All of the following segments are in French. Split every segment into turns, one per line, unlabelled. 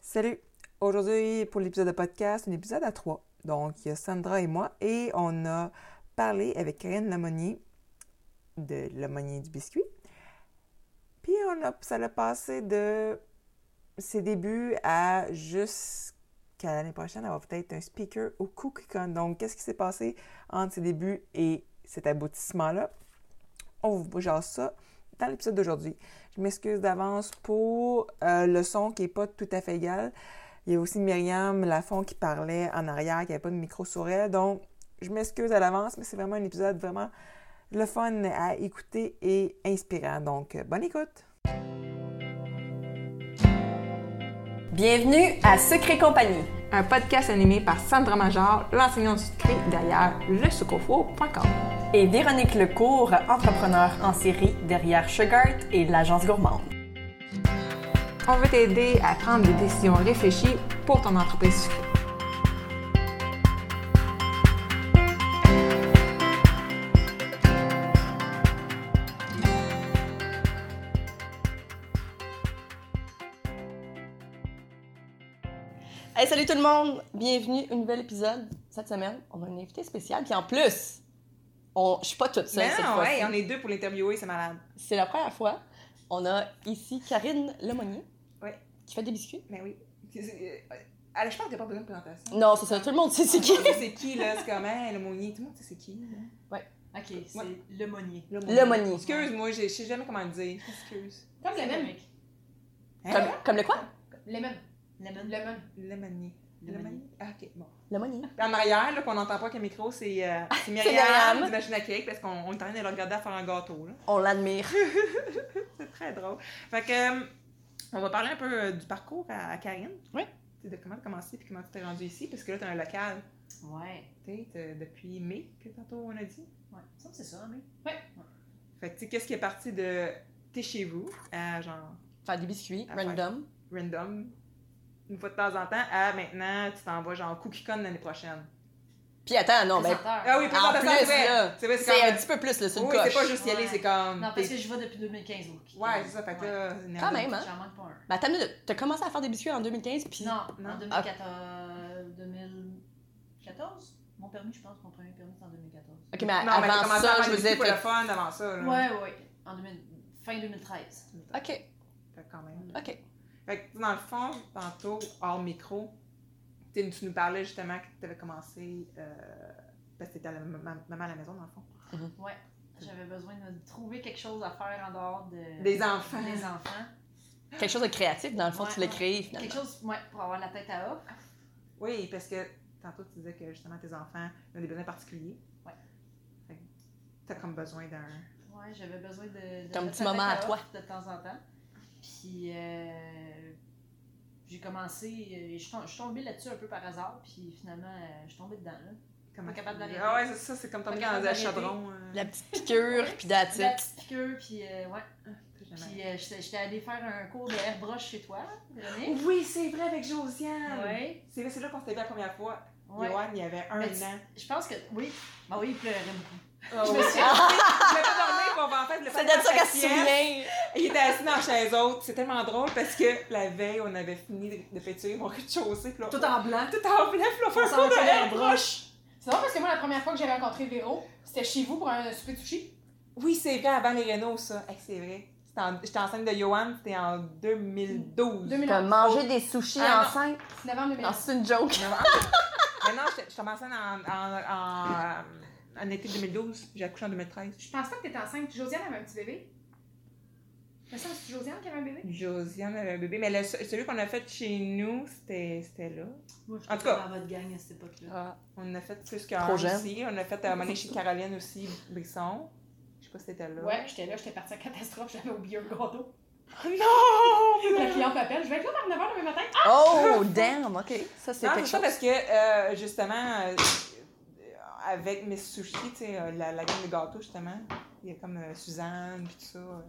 Salut! Aujourd'hui, pour l'épisode de podcast, un épisode à trois. Donc, il y a Sandra et moi, et on a parlé avec Karine Lamonier de Lamonier du Biscuit. Puis, on a, ça l'a passé de ses débuts à jusqu'à l'année prochaine, avoir peut-être un speaker au CookieCon. Donc, qu'est-ce qui s'est passé entre ses débuts et cet aboutissement-là? On vous jase ça dans l'épisode d'aujourd'hui. Je m'excuse d'avance pour euh, le son qui n'est pas tout à fait égal. Il y a aussi Myriam Lafont qui parlait en arrière, qui n'avait pas de micro sur elle. Donc, je m'excuse à l'avance, mais c'est vraiment un épisode vraiment le fun à écouter et inspirant. Donc, euh, bonne écoute!
Bienvenue à Secret Compagnie.
Un podcast animé par Sandra Major, l'enseignante du secret derrière lesucofo.com.
Et Véronique Lecourt, entrepreneur en série derrière Sugart et l'agence gourmande.
On veut t'aider à prendre des décisions réfléchies pour ton entreprise sucrée.
Hey, salut tout le monde! Bienvenue à un nouvel épisode. Cette semaine, on a une invitée spéciale. Puis en plus, on... je suis pas toute seule cette fois-ci.
est deux pour l'interviewer, c'est malade.
C'est la première fois. On a ici Karine Lemonnier.
Ouais.
Qui fait des biscuits.
Mais oui. Euh, Alors, je pense qu'il n'y a pas besoin de présentation.
Non, c'est ça. Tout le monde sait c'est qui.
c'est qui, là? C'est comment? Le Monnier? Tout le monde sait c'est qui,
Ok, c'est
Ouais.
le monnier.
Le Monnier.
Excuse-moi, je je sais jamais comment le dire. Excuse.
Comme le
hein?
même.
Comme, comme le quoi?
Le même. Le même. Le même.
Le Monnier. Le
Monnier.
Monnier. Ah, OK, bon.
Le Monnier.
Puis en arrière, là, qu'on n'entend pas que le micro, c'est euh, c'est
Myriam.
Myriam du machine à cake parce qu'on on est en train de le regarder à faire un gâteau, là.
On l'admire.
C'est très drôle. Fait que, euh, on va parler un peu euh, du parcours à, à Karine.
Ouais.
Tu sais, De comment tu as commencé puis comment tu t'es rendu ici, parce que là, tu as un local,
Ouais.
tu sais, t'as- depuis mai, que tantôt on a dit.
Ouais. Ça, c'est ça, mais. Ouais.
Fait que, tu sais, qu'est-ce qui est parti de t'es chez vous à genre
Faire des biscuits,
Ah,
random.
random, une fois de temps en temps, à maintenant, tu t'en vas genre CookieCon l'année prochaine.
Puis attends, non, ben.
Ah
Ah oui,
oui.
En
présentation, c'est
plus,
vrai.
là,
C'est vrai, c'est
C'est
comme-
un petit peu plus, le sur le
Oui, c'est pas
coche.
juste y aller,
Ouais.
c'est comme.
Ah, Non, parce
t'es-
que je vais depuis 2015 au Kiki.
Ouais, c'est ça, fait que là. c'est
Quand
nerveux.
même, hein?
J'en manque pas un.
Mais attends, une minute, t'as commencé à faire des biscuits en 2015, puis.
Non,
Non.
en 2014. 2014 Mon permis, je pense, mon premier permis, c'est en 2014.
Ok, mais
Non, mais t'as
avant
commencé
ça,
à faire
je
des
vous
biscuits
disais.
pour le fun avant ça, là.
Ouais, ouais. En 2000 Fin 2013.
Ok,
Fait que quand même.
ok.
Fait que dans le fond, tantôt, hors micro, tu sais, tu nous parlais justement que tu avais commencé. euh, parce que t'étais à la ma- maman à la maison, dans le fond.
Ouais. J'avais besoin de trouver quelque chose à faire en dehors de...
Des enfants.
Des enfants.
Quelque chose de créatif, dans le fond,
Ouais,
tu l'as
ouais.
créé finalement.
Quelque chose, ouais, pour avoir la tête à off.
Oui, parce que tantôt, tu disais que justement tes enfants ils ont des besoins particuliers.
Ouais.
Fait que t'as comme besoin d'un.
Ouais, j'avais besoin de. de
T'as un
mettre
petit
la
moment
tête
à toi.
off De temps en temps. Puis, euh, j'ai commencé. euh, Je suis tom- je suis tombée là-dessus un peu par hasard, puis finalement, euh, je suis tombée dedans. Là.
Comment
Pas capable
tu dis?
d'arrêter.
Ah ouais, c'est ça, c'est comme
Pas
tomber dans
capable
un
d'arrêter.
chaudron. euh,
La petite piqûre, puis that's
La
it.
petite piqûre, puis euh, ouais.
t'as jamais-
Puis, euh, j'étais j'étais allée faire un cours de airbrush chez toi, Véronique.
Oui, c'est vrai avec Josiane.
euh, Ouais.
C'est vrai, c'est là qu'on s'était vu la première fois.
Ouais.
Johan, il y avait un
Mais tu-
an.
Je pense que. Oui. Bah oui, il pleurait beaucoup.
je me suis
Ah!
Je l'ai pas dormi, puis on va en fait, je l'ai
C'est
fait
de ça
faire
qu'elle
sa
se
sieste.
souvient.
Il était assis dans la chaise haute. C'est tellement drôle parce que la veille, on avait fini de- de pétuer mon rez-de-chaussée. Tout
Tout en blanc.
Tout en bleu, puis là, on fait
On
un
s'en
cours de
fait
air
un
broche.
C'est vrai parce que moi, la première fois que j'ai rencontré Véro, c'était chez vous pour un souper de sushi.
Oui, c'est vrai, avant les Renault, ça. Hey, c'est vrai. C'était en- J'étais enceinte de Johan, c'était en 2012.
2000
T'as mangé des sushis
Ah, non.
enceinte.
C'est novembre
Non,
2000.
c'est une joke.
Non, mais non, j'étais- j'étais enceinte en, en, en, en été 2012. J'ai accouché en 2013.
Je pense pas que t'étais enceinte. Josiane avait un petit bébé. Mais ça, c'est Josiane qui avait un bébé?
Josiane avait un bébé, mais le- celui qu'on a fait chez nous, c'était c'était là.
Moi,
En
j'étais
tout cas.
dans votre gang à cette époque-là.
On a fait plus
Ah. Trop
qu'un
jeune.
aussi. On a fait euh, Money chez Caroline aussi, Brisson. Je sais pas si c'était là.
Ouais, j'étais là, j'étais partie à catastrophe, j'avais oublié un gâteau.
Non!
La cliente m'appelle, je vais être là par 9h demain
Ah!
matin.
Oh, damn, ok. Ça, c'est
Non,
quelque
c'est ça
chose.
parce que, euh, justement, euh, avec mes sushis, tu sais, euh, la, la gang de gâteaux, justement, il y a comme euh, Suzanne puis tout ça euh,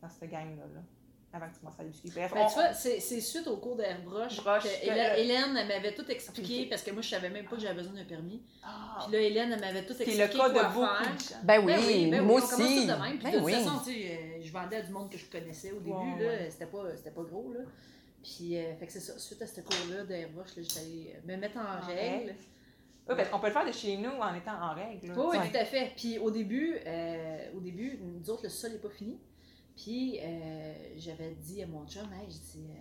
dans cette gang-là, là, avant que tu commences à discuter. Bref,
Ben,
on-
tu vois, c'est c'est suite au cours d'airbrush
Brush,
que
que-
Hélène, Hélène, elle m'avait tout expliqué parce que moi, je savais même pas que j'avais besoin d'un permis.
Ah,
Puis là, Hélène, elle m'avait tout
c'est
expliqué.
le cas
quoi
de beaucoup
faire.
de gens.
Ben
Ben
oui,
ben
moi
on commence tout
aussi.
de même. Puis
Ben
de toute
oui.
façon, tu sais, euh, je vendais à du monde que je connaissais au début.
Ouais,
là,
ouais.
C'était pas, c'était pas gros. Là. Puis, euh, fait que c'est ça. Suite à ce cours-là d'Airbrush, là, j'étais allée me mettre en,
En
règle.
Oui, parce qu'on peut le faire de chez nous en étant en règle. là.
Oui, oui,
Ouais.
tout à fait. Puis au début, euh, au début, nous autres, le sol n'est pas fini. Puis euh, j'avais dit à mon chum, hey, je dis, euh,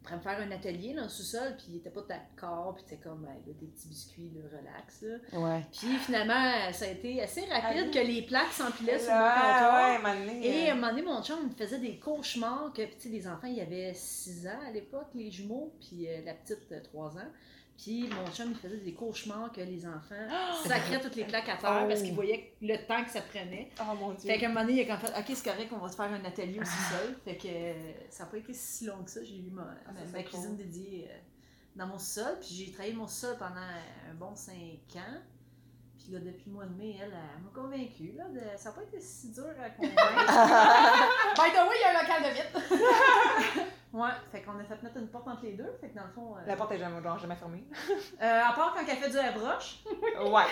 on pourrait me faire un atelier dans le sous-sol, puis il était pas d'accord, puis c'était comme, hey, là, des petits biscuits, le relax, là.
Ouais.
Puis finalement, ça a été assez rapide
Ah
que les plaques s'empilaient sur mon comptoir.
Là, ouais, un moment donné,
Et à
euh,
un moment donné, mon chum me faisait des cauchemars que, puis, tu sais, les enfants, il y avait 6 ans à l'époque, les jumeaux, puis euh, la petite, 3 ans. Puis mon chum, il faisait des cauchemars que les enfants
Ah!
sacraient toutes les claques à terre parce qu'ils voyaient le temps que ça prenait.
Oh mon
Fait
dieu.
qu'à un moment donné, il a comme fait OK, c'est correct, on va se faire un atelier aussi seul. Fait que euh, ça n'a pas été si long que ça. J'ai eu ma, ma-
Ah, ça,
ma
c'est
cuisine
cool.
dédiée euh, dans mon sol. Puis j'ai travaillé mon sol pendant un bon 5 ans. Puis là, depuis le mois de mai, elle, elle m'a convaincue. Là, de- ça n'a pas été si dur à convaincre.
Ah! By the way, il y a un local de vite.
ouais, fait qu'on a fait mettre une porte entre les deux. Fait que dans le fond, euh,
La porte est jamais, genre, jamais fermée.
euh, à part quand elle fait du airbrush.
ouais.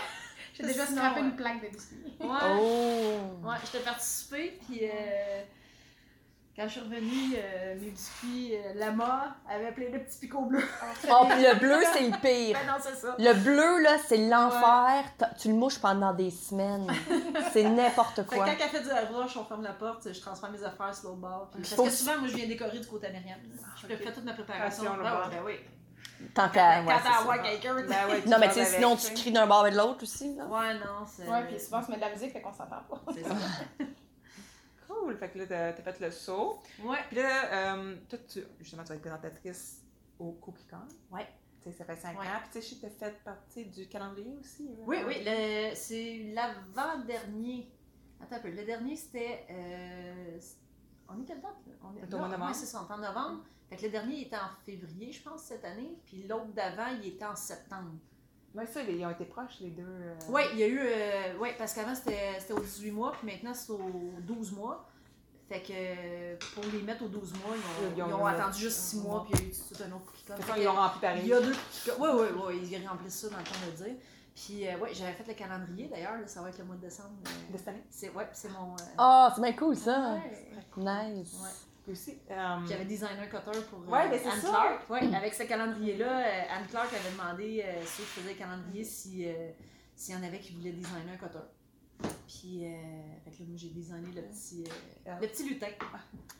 J'ai déjà
Sinon,
scrapé
ouais.
une plaque de biscuits.
Ouais,
Oh!
ouais j'étais participée. Puis euh, quand je suis revenue, euh, mes biscuits euh, Lama avaient plein de petits picots bleus.
Oh, puis le bleu, c'est le pire.
Ben non, c'est ça.
Le bleu, là, c'est l'enfer. T'as- Tu le mouches pendant des semaines. C'est n'importe
Fait
quoi.
que quand elle fait du broche, on ferme la porte, je transfère mes affaires sur l'autre bord. Puis-
Il
parce
faut
que
que-
souvent, moi, je viens décorer du côté américain. Je fais toute ma préparation.
Attention,
Ah,
là-bas.
ben oui.
Tant qu'à.
Quand
ouais, c'est
t'as à
ça.
voir quelqu'un.
Ben ouais,
non,
vas
mais tu sais,
avec,
sinon,
tu
tu
sais.
cries d'un bord et de l'autre aussi. là.
Ouais, non, c'est.
Ouais, puis souvent, on se met de la musique, fait qu'on s'entend pas.
C'est ça.
Cool. Fait que là, t'as t'as fait le saut.
Ouais.
Puis là, euh, toi, tu, justement, tu vas être présentatrice au Cookie Con.
Ouais.
Tu sais, ça fait 5
Ouais.
ans. Puis tu sais, je sais que t'as fait partie du calendrier aussi. euh. là.
Oui, oui, le- c'est l'avant-dernier. Attends un peu. Le dernier, c'était. euh, On est quelle date là? On
Au mois de
ouais,
novembre.
c'est ça, on est en novembre. Fait que le dernier il était en février, je pense, cette année. Puis l'autre d'avant, il était en septembre.
Ouais, ça, ils ont été proches, les deux. euh,
Oui, il y a eu. euh, ouais, parce qu'avant, c'était c'était aux 18 mois, puis maintenant, c'est aux 12 mois. Fait que euh, pour les mettre aux 12 mois, ils ont,
Ils ont
ils ont
eu
attendu
le-
juste 6
un
mois,
mois.
puis il y a eu tout un autre cookie
De
con.
toute
Fait
façon,
que,
ils l'ont rempli
Il
pareil.
y a deux cookie Oui, oui, oui, ils remplissent ça dans le temps de le dire. Puis, euh, ouais, j'avais fait le calendrier d'ailleurs, là, ça va être le mois de décembre. euh,
De cette année.
c'est ouais, c'est mon. euh,
Ah, c'est bien cool, ça.
ouais.
Nice.
Ouais.
Puis aussi. euh,
J'avais designer cutter pour euh,
Ouais, ben, c'est
Anne
ça.
Clark. Ouais, avec ce calendrier-là, euh, Anne Clark avait demandé euh, ceux qui faisaient le calendrier si, euh, s'il y en avait qui voulaient designer cutter. Puis, euh, fait que là, moi, j'ai designé le petit, euh, le petit lutin.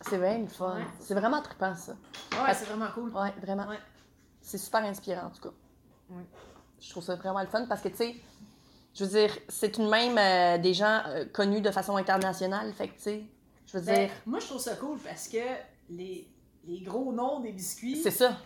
C'est bien le fun.
Ouais.
C'est vraiment trippant, ça.
Ouais, c'est vraiment cool.
Ouais, vraiment.
Ouais.
C'est super inspirant, en tout cas.
Oui.
Je trouve ça vraiment le fun parce que, tu sais, je veux dire, c'est tout de même euh, des gens euh, connus de façon internationale. Fait que, tu sais, je veux
Ben,
dire,
moi, je trouve ça cool parce que les, les gros noms des biscuits,
c'est ça.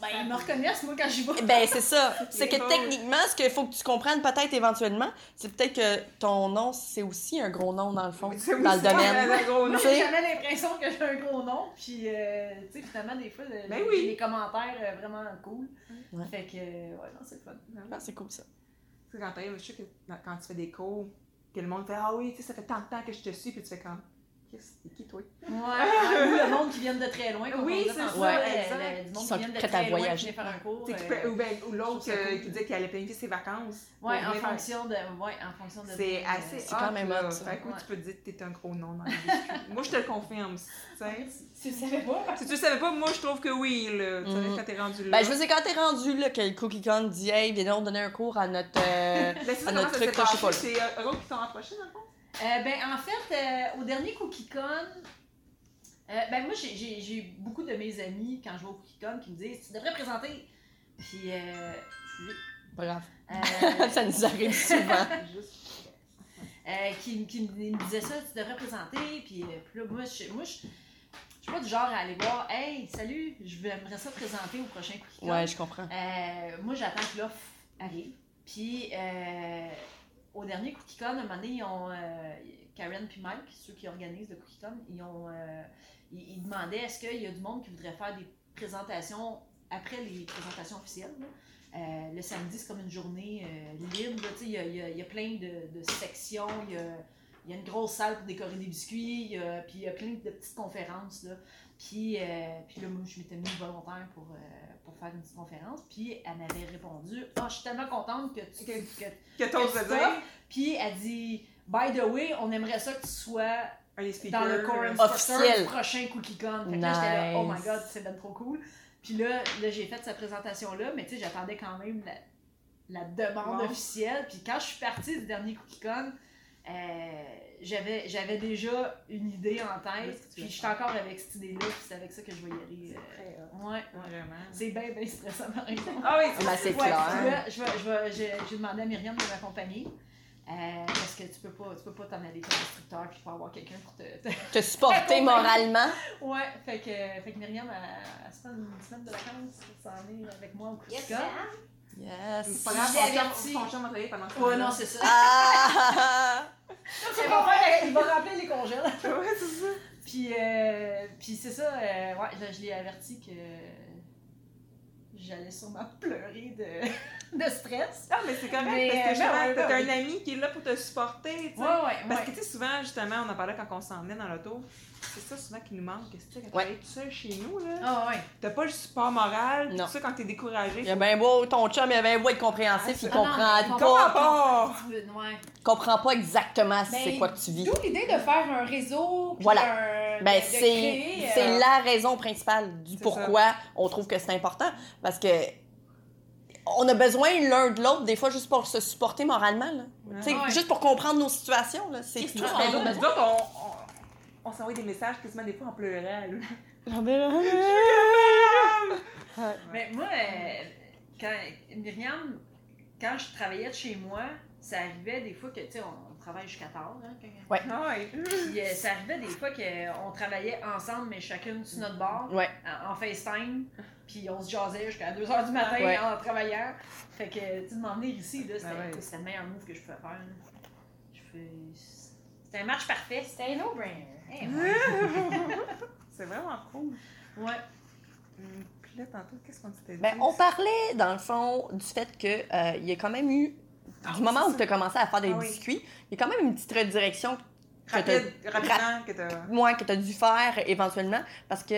ben, ils me reconnaissent, moi, quand j'y vais.
Ben, c'est ça. C'est
C'est
que
drôle.
techniquement, ce qu'il faut que tu comprennes peut-être éventuellement, c'est peut-être que ton nom, c'est aussi un gros nom, dans le fond, dans
c'est
le
aussi
domaine.
un gros nom.
Moi,
Tu
j'ai
sais.
jamais l'impression que j'ai un gros nom. Puis, euh, tu sais, finalement, des fois, le-
Ben
j'ai
oui.
des commentaires euh, vraiment cool.
Ouais.
Fait que, euh, ouais, non, c'est le fun.
Ah, C'est cool, ça.
Tu sais, quand t'arrives, je sais que dans- quand tu fais des cours, que le monde fait Ah oui, tu sais, ça fait tant de temps que je te suis, puis tu fais comme Qu'est-ce c'est qui toi
Ouais, ouais, ou Ah, le monde qui vient de très loin. comme
Oui,
on disait
c'est
tantôt,
ça,
euh,
exact.
Du
Qui
monde
sont
qui vient de
prêts à
très loin qui
voyager.
vient faire un cours.
Tu sais, qui
euh,
peut- Ou, ben, ou l'autre
je trouve ça
euh,
cool.
qui dit qu'elle allait planifier ses vacances. pour
ouais, en
venir.
fonction de. Ouais, en fonction de.
C'est
euh,
assez
C'est quand
hot,
même
là.
hot, ça.
Fait que oui,
Ouais.
tu peux te dire que t'es un gros nom dans le biscuit. Moi, je te le confirme. tu sais.
Tu le savais pas?
Si tu le savais pas, moi, je trouve que oui, là. Tu sais,
Mhm.
quand t'es rendu là.
Ben, je veux dire, quand t'es rendu, là, que le Cookie Con dit, hey, viens donc donner un cours à notre. euh,
Là, c'est Ben, ça,
à
comment
notre
ça s'est
truc, là, je sais
passé?
pas.
C'est euh, eux autres qui t'ont approché, dans le fond?
Euh, ben, en fait, euh, au dernier Cookie Con, euh, ben, moi, j'ai- j'ai j'ai beaucoup de mes amis, quand je vais au Cookie Con, qui me disent Tu devrais présenter. Puis, euh,
Bravo.
euh,
ça nous arrive souvent.
Juste.
euh, qui, qui me me disait ça, tu devrais présenter. Puis, euh, puis là, moi, je, moi, je, je suis pas du genre à aller voir, hey, salut, je vais- j'aimerais ça présenter au prochain Cookie Con.
Ouais, je comprends.
Euh, moi, j'attends que l'offre arrive. Puis, euh, au dernier Cookie Con, à un moment donné, ils ont, euh, Karen puis Mike, ceux qui organisent le Cookie Con, ils, ont, euh, ils, ils demandaient est-ce qu'il y a du monde qui voudrait faire des présentations après les présentations officielles. là. Euh, le samedi, c'est comme une journée euh, libre. là, tu sais, Il y a, il y a- il y a plein de, de sections. Il y a, il y a une grosse salle pour décorer des biscuits. il y a- puis il y a plein de petites conférences. Là. Puis, euh, puis là, moi, je m'étais mise volontaire pour, euh, pour faire une petite conférence. Puis, elle m'avait répondu « Ah, je suis tellement contente que tu...
Que-
que-
Que t'oses
Qu'est-ce
le dire?
Puis, elle dit « By the way, on aimerait ça que tu sois
Ah, les speakers.
dans le Core
euh,
Instructor
Officiel.
du prochain CookieCon. Fait que là, j'étais là, oh my
Nice.
god, c'est ben trop cool. Puis là, là j'ai fait cette présentation-là, mais tu sais, j'attendais quand même la, la demande
Bon.
officielle. Puis quand je suis partie du dernier CookieCon, euh, j'avais j'avais déjà une idée en
Là,
tête.
ce que tu
Puis
veux
je suis encore avec cette idée-là, puis c'est avec ça que je vais y aller. euh, ouais.
Vraiment.
C'est bien, bien stressant, par exemple.
Ah oui,
Ben, c'est
Ouais, puis
clair.
là, je vais, je vais, j'ai- j'ai demandé à Myriam de m'accompagner. euh, parce que tu peux pas, tu peux pas t'en aller comme instructeur puis pas avoir quelqu'un pour te, te-
Te supporter moralement.
Ouais, fait que, fait que Myriam, elle, elle se prend une semaine de vacances pour s'en aller avec moi au coup
Yes,
de cœur.
ma'am.
Yes.
Pas grave,
J'ai
son chum-
averti.
son chum va travailler pendant ce
Ouais,
temps-là.
non, c'est ça.
Ah!
C'est mon frère, il va remplir les congés. là.
Ouais, c'est ça.
Puis, euh, puis c'est ça, euh, ouais, là, je l'ai averti que j'allais sûrement pleurer de, de stress.
Non, Ah, mais c'est correct,
Mais,
parce que
euh,
justement,
ben ouais,
t'as
ben
un ami qui est là pour te supporter, tu sais.
Ouais, ouais,
Parce
ouais.
que, tu sais, souvent, justement, on en parlait quand on s'en venait dans l'auto, c'est ça souvent qui nous manque, que tu sais, quand
Ouais.
t'es tout seul chez nous, là,
Ah, ouais.
t'as pas le support moral,
Non.
tout ça, quand t'es découragé,
Il a bien beau, ton chum, il a bien beau être compréhensif, il
Ah non, mais
comprend
il
Comment
pas,
à part?
Tu veux- ouais.
comprend pas exactement c'est
Ben,
quoi que tu vis.
D'où l'idée de faire un réseau. puis
Voilà.
d'un-
Ben,
de- de
c'est
créer,
c'est
euh,
la raison principale du
C'est
pourquoi on trouve que c'est important. Parce que on a besoin l'un de l'autre, des fois, juste pour se supporter moralement. Là.
Ah, Ouais.
T'sais,
Ouais.
Juste pour comprendre nos situations. là. C'est
Nous
très
autres,
important.
nous autres, on, on, on s'envoie des messages quasiment des fois en pleurant, là.
Mais moi, euh, quand Myriam, quand je travaillais de chez moi, ça arrivait des fois que, tu sais, on, on travaille jusqu'à tard, hein, quand-
Ah ouais.
Puis euh, ça arrivait des fois qu'on travaillait ensemble, mais chacune sur notre bord,
Ouais.
en, en FaceTime, puis on se jasait jusqu'à 2h du matin
Ouais.
en travaillant. Fait que, tu sais, de m'en venir ici, là, c'était
Ben ouais.
c'était le meilleur move que je pouvais faire. là. Je fais... C'était un match parfait.
C'était un no-brainer. Eh, ouais.
C'est vraiment cool.
Ouais.
Hum, Puis là, tantôt, qu'est-ce qu'on s'était dit?
Ben, on parlait, dans le fond, du fait qu'il y a quand même eu,
Ah,
du moment
c'est
où tu as commencé à faire des
Ah oui.
biscuits, il y a quand même une petite redirection
Rapide, rapidement que t'as...
moi que tu as dû faire éventuellement parce que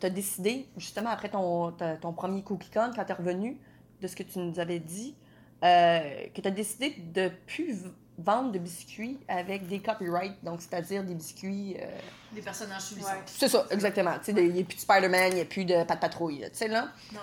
tu as décidé, justement, après ton, ta- ton premier CookieCon, quand tu es revenu de ce que tu nous avais dit, euh, que tu as décidé de plus v- vendre de biscuits avec des copyrights, donc c'est-à-dire des biscuits. euh,
Des personnages subissants.
Ouais.
c'est ça, exactement. Tu sais, Il n'y a plus de Spider-Man, il n'y a plus de Pat Patrouille, là, tu sais, là.
Non.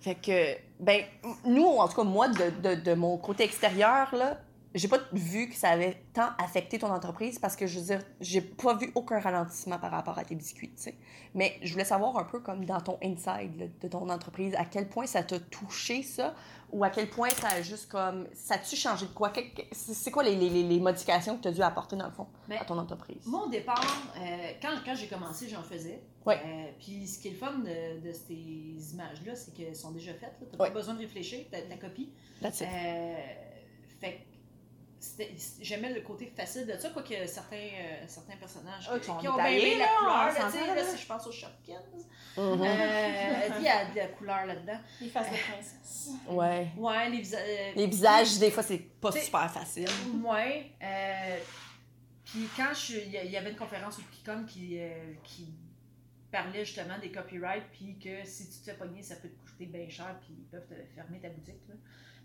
Fait que, ben, nous, en tout cas, moi, de, de- de mon côté extérieur, là, j'ai pas vu que ça avait tant affecté ton entreprise parce que, je veux dire, j'ai pas vu aucun ralentissement par rapport à tes biscuits, tu sais. Mais je voulais savoir un peu, comme dans ton inside là, de ton entreprise, à quel point ça t'a touché, ça, ou à quel point ça a juste, comme, ça a-tu changé de quoi? Que- que- C'est c'est quoi les, les- les- les modifications que tu as dû apporter, dans le fond,
Mais-
à ton entreprise?
Mon départ, euh, quand, quand j'ai commencé, j'en faisais.
Ouais.
Euh, puis ce qui est le fun de, de ces images-là, c'est qu'elles sont déjà faites. Tu n'as
Ouais.
pas besoin de réfléchir, ta, ta copie.
That's it.
Euh, fait que c'était- j'aimais le côté facile de ça, quoique certains, euh, certains personnages
Ah,
qui,
qui ont
qui ont bien
taillé,
aimé la
là, on
couleur. là,
s'entend,
tu sais, là,
là.
si je pense aux Shopkins,
Mhm.
euh, il y a de la couleur là-dedans.
Les faces de princesse.
euh,
Ouais.
Ouais, les euh, visages.
Les visages, des fois, c'est pas
T'sais-
super facile.
Ouais. euh, puis quand je, il y a- il y avait une conférence au Picom qui, euh, qui parlait justement des copyrights, puis que si tu te fais pogner, ça peut te coûter bien cher, puis ils peuvent te fermer ta boutique. là.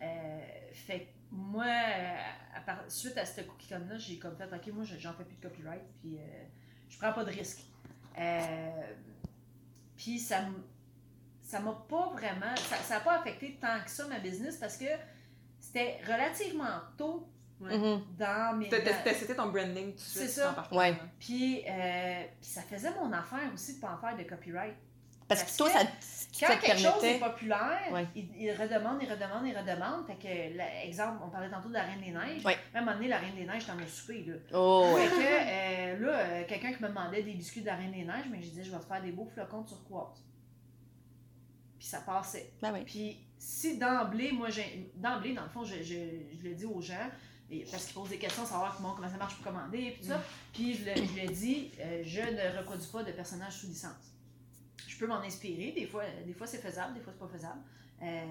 Euh, fait que moi, euh, à part- suite à ce cookie là j'ai comme fait, ok, moi, je- j'en fais plus de copyright, puis euh, je prends pas de risque. Euh, puis ça m- ça m'a pas vraiment, ça n'a pas affecté tant que ça ma business parce que c'était relativement tôt
Ouais.
Mhm.
dans mes.
T'as- t'as-
dans-
t'as- C'était ton branding tout de
C'est
suite.
ça.
en partant,
Ouais.
là.
Puis, euh, puis ça faisait mon affaire aussi de pas en faire de copyright.
Parce
Parce
que toi,
que
ça,
Quand
ça te
quelque chose est
permettait.
populaire,
Ouais.
il, il redemande, il redemande, il redemande. Fait que, la- exemple, on parlait tantôt de la Reine des Neiges.
Ouais.
Même à un moment donné, la Reine des Neiges, j'étais en ai soupé, là.
Oh, ouais.
Fait que, euh, là, euh, quelqu'un qui me demandait des biscuits de la Reine des Neiges, mais je disais, je vais te faire des beaux flocons de turquoise. Puis ça passait.
Ben oui.
Puis si d'emblée, moi, j'ai- d'emblée, dans le fond, je, je- je le dis aux gens, et- parce qu'ils posent des questions, savoir comment, comment ça marche pour commander, puis tout ça. Puis je le, je le dis, euh, je ne reproduis pas de personnages sous licence. Je peux m'en inspirer, des fois, des fois c'est faisable, des fois c'est pas faisable. Euh,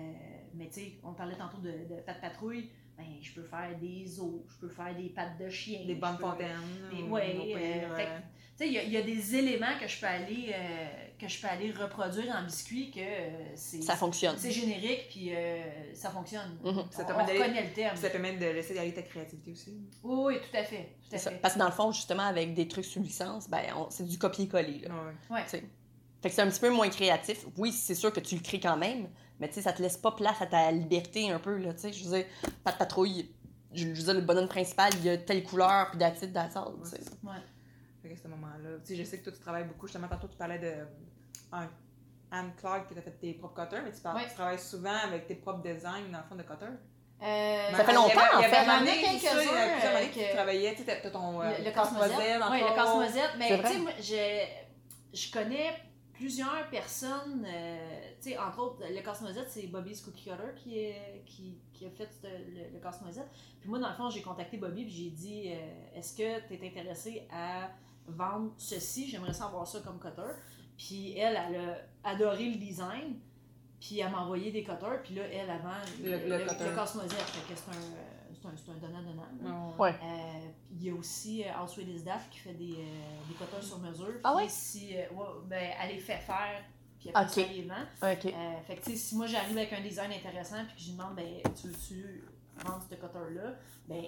mais tu sais, on parlait tantôt de, de Pat Patrouille. ben, je peux faire des os, je peux faire des pattes de chien.
Les bonnes
je peux-
fontaines.
Des-
ou
ouais,
au pire,
euh, fait que- Tu sais, il y a- il y, a des éléments que je peux aller, euh, que je peux aller reproduire en biscuit que euh, c'est
Ça fonctionne.
c'est générique, puis euh, ça fonctionne.
Mhm.
Ça te
on on
permet d'aller-
reconnaît le terme.
Ça permet de laisser aller ta créativité aussi.
Oui, oui, tout à fait. Tout
C'est
à
ça.
fait.
Parce que dans le fond, justement, avec des trucs sous licence, ben, on- c'est du copier-coller. là.
Ouais.
Fait que c'est un petit peu moins créatif. Oui, c'est sûr que tu le crées quand même, mais tu sais, ça te laisse pas place à ta liberté un peu, là, tu sais. Je veux dire, pas de patrouille. Je je veux dire, le bonhomme principal, il a telle couleur, puis d'attitude, d'assaut, tu sais.
Fait que à ce moment-là. Tu sais, je sais que toi, tu travailles beaucoup. Justement, tantôt, tu parlais de euh, Anne- Anne Clark qui t'a fait tes propres cutters, mais tu, parles,
Ouais.
tu travailles souvent avec tes propres designs dans le fond de cutters. Ben,
Ben,
Euh,
Ça fait longtemps, en
Il y avait
fait.
un moment donné,
Il y en a
c'est ça, il y a
quelques-uns,
plusieurs années
euh,
que tu
que-
travaillais, tu sais, t'as ton euh,
Le, le
casse-noisette,
casse-noisette.
dans
Oui, le
fond.
casse-noisette.
C'est
Mais tu
vrai.
sais, moi, j'ai- je connais plusieurs personnes, euh, tu sais, entre autres, le casse-noisette, c'est Bobby's Cookie Cutter qui, est- qui, qui a fait ce- le, le casse-noisette. Puis moi, dans le fond, j'ai contacté Bobby puis j'ai dit euh, Est-ce que tu es intéressé à vendre ceci J'aimerais savoir ça comme cutter. Puis elle, elle a adoré le design. Puis elle m'a envoyé des cutters. Puis là, elle, avant,
Le- le cutter.
casse-noisette. Fait que c'est un, euh, c'est un, c'est un donnant-donnant. là.
Ouais.
Ouais.
Euh, il y a aussi euh, House with His Daff qui fait des, euh, des cotons sur mesure.
Ah
Puis
ouais?
Si, euh, ouais, ben, elle les fait faire, puis après
Ok.
ça, elle les vend.
OK.
Euh, fait que, tu sais, si moi j'arrive avec un design intéressant, puis que je lui demande, ben, tu veux-tu vendre ce cutter-là? Ben,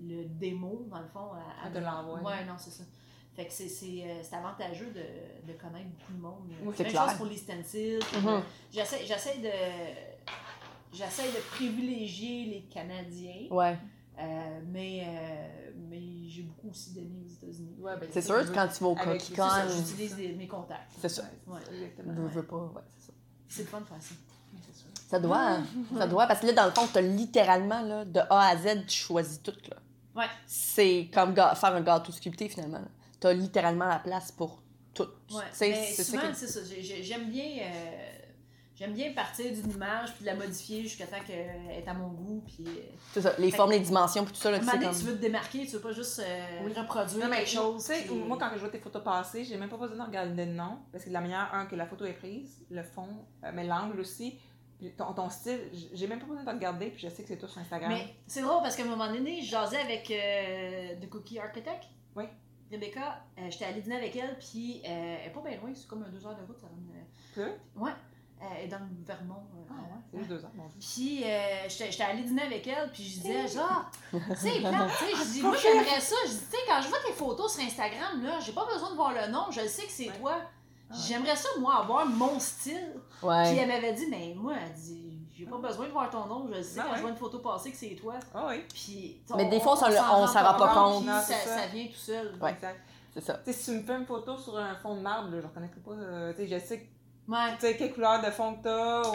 le démo, dans le fond, à,
Elle te l'envoie.
Ouais, non, c'est ça. Fait que c'est- c'est euh, c'est avantageux de, de connaître beaucoup de monde.
Oui,
c'est
Même
clair.
chose pour les stencils.
Mhm.
J'essaie j'essaie de, j'essaie de privilégier les Canadiens.
Ouais.
Euh, mais euh, mais j'ai beaucoup aussi d'amis aux États-Unis.
Ouais, ben,
C'est
ça,
sûr,
tu veux-
quand tu vas au
Avec-
Comic
c'est ça,
Con,
C'est ça, J'utilise des- mes contacts.
C'est ça.
Ouais, c'est ça, exactement.
veux,
ouais.
veux pas, ouais, c'est ça.
C'est le fun de faire ça.
C'est sûr.
Ça doit, hein.
Ah.
ça doit, parce que là, dans le fond, t'as littéralement, là, de A à Z, tu choisis tout, là.
Ouais.
C'est comme ga- faire un gâteau sculpté, finalement. là. T'as littéralement la place pour tout. Tu
Ouais.
sais,
Mais
c'est ça
souvent,
qui-
c'est ça. J'ai- j'ai- J'aime bien, euh, j'aime bien partir d'une image puis de la modifier jusqu'à temps qu'elle est à mon goût. Puis, euh,
c'est ça, les
Fait-
formes, les dimensions, puis tout ça,
à
là,
un
tu
moment
sais,
donné,
comme...
tu veux te démarquer, tu veux pas juste euh,
Oui.
reproduire
Non, mais
quelque chose.
tu sais,
puis-
moi, quand je vois tes photos passer, j'ai même pas besoin de regarder le nom, parce que de la manière, un, que la photo est prise, le fond, euh, mais l'angle aussi, puis ton, ton style, j- j'ai même pas besoin de regarder, puis je sais que c'est tout sur Instagram.
Mais c'est drôle parce qu'à un moment donné, je jasais avec euh, The Cookie Architect.
Oui.
Rebecca, euh, j'étais allée dîner avec elle, puis euh, elle est pas bien loin, c'est comme un deux heures de route. Ça donne, euh, Ouais. Euh, elle est dans le Vermont. euh,
Ah ouais, c'est
ouais.
juste deux ans, mon Dieu.
Puis euh, j'étais j'étais allée dîner avec elle, puis je disais genre, c'est plate, tu sais, hein? je dis, moi j'aimerais ça, je dis, tu sais, quand je vois tes photos sur Instagram, là, j'ai pas besoin de voir le nom, je le sais que c'est
Ouais.
toi.
Ah ouais.
J'aimerais ça, moi, avoir mon style. Puis
Ouais.
elle m'avait dit, mais moi, elle dit, j'ai pas besoin de voir ton nom, je le sais
Ah
quand
ouais.
je vois une photo passée que c'est toi.
Ah oui,
Puis,
Mais des fois, on s'en- on
rend
s'en rend pas compte.
puis
Non,
ça,
c'est ça.
ça vient tout seul.
Ouais.
exact.
euh,
C'est ça.
Tu sais, si tu me fais une photo sur un fond de marbre, là, je reconnaîtrai pas, euh, tu sais, je sais,
Ouais.
tu sais, quelle couleur de fond que t'as, ou...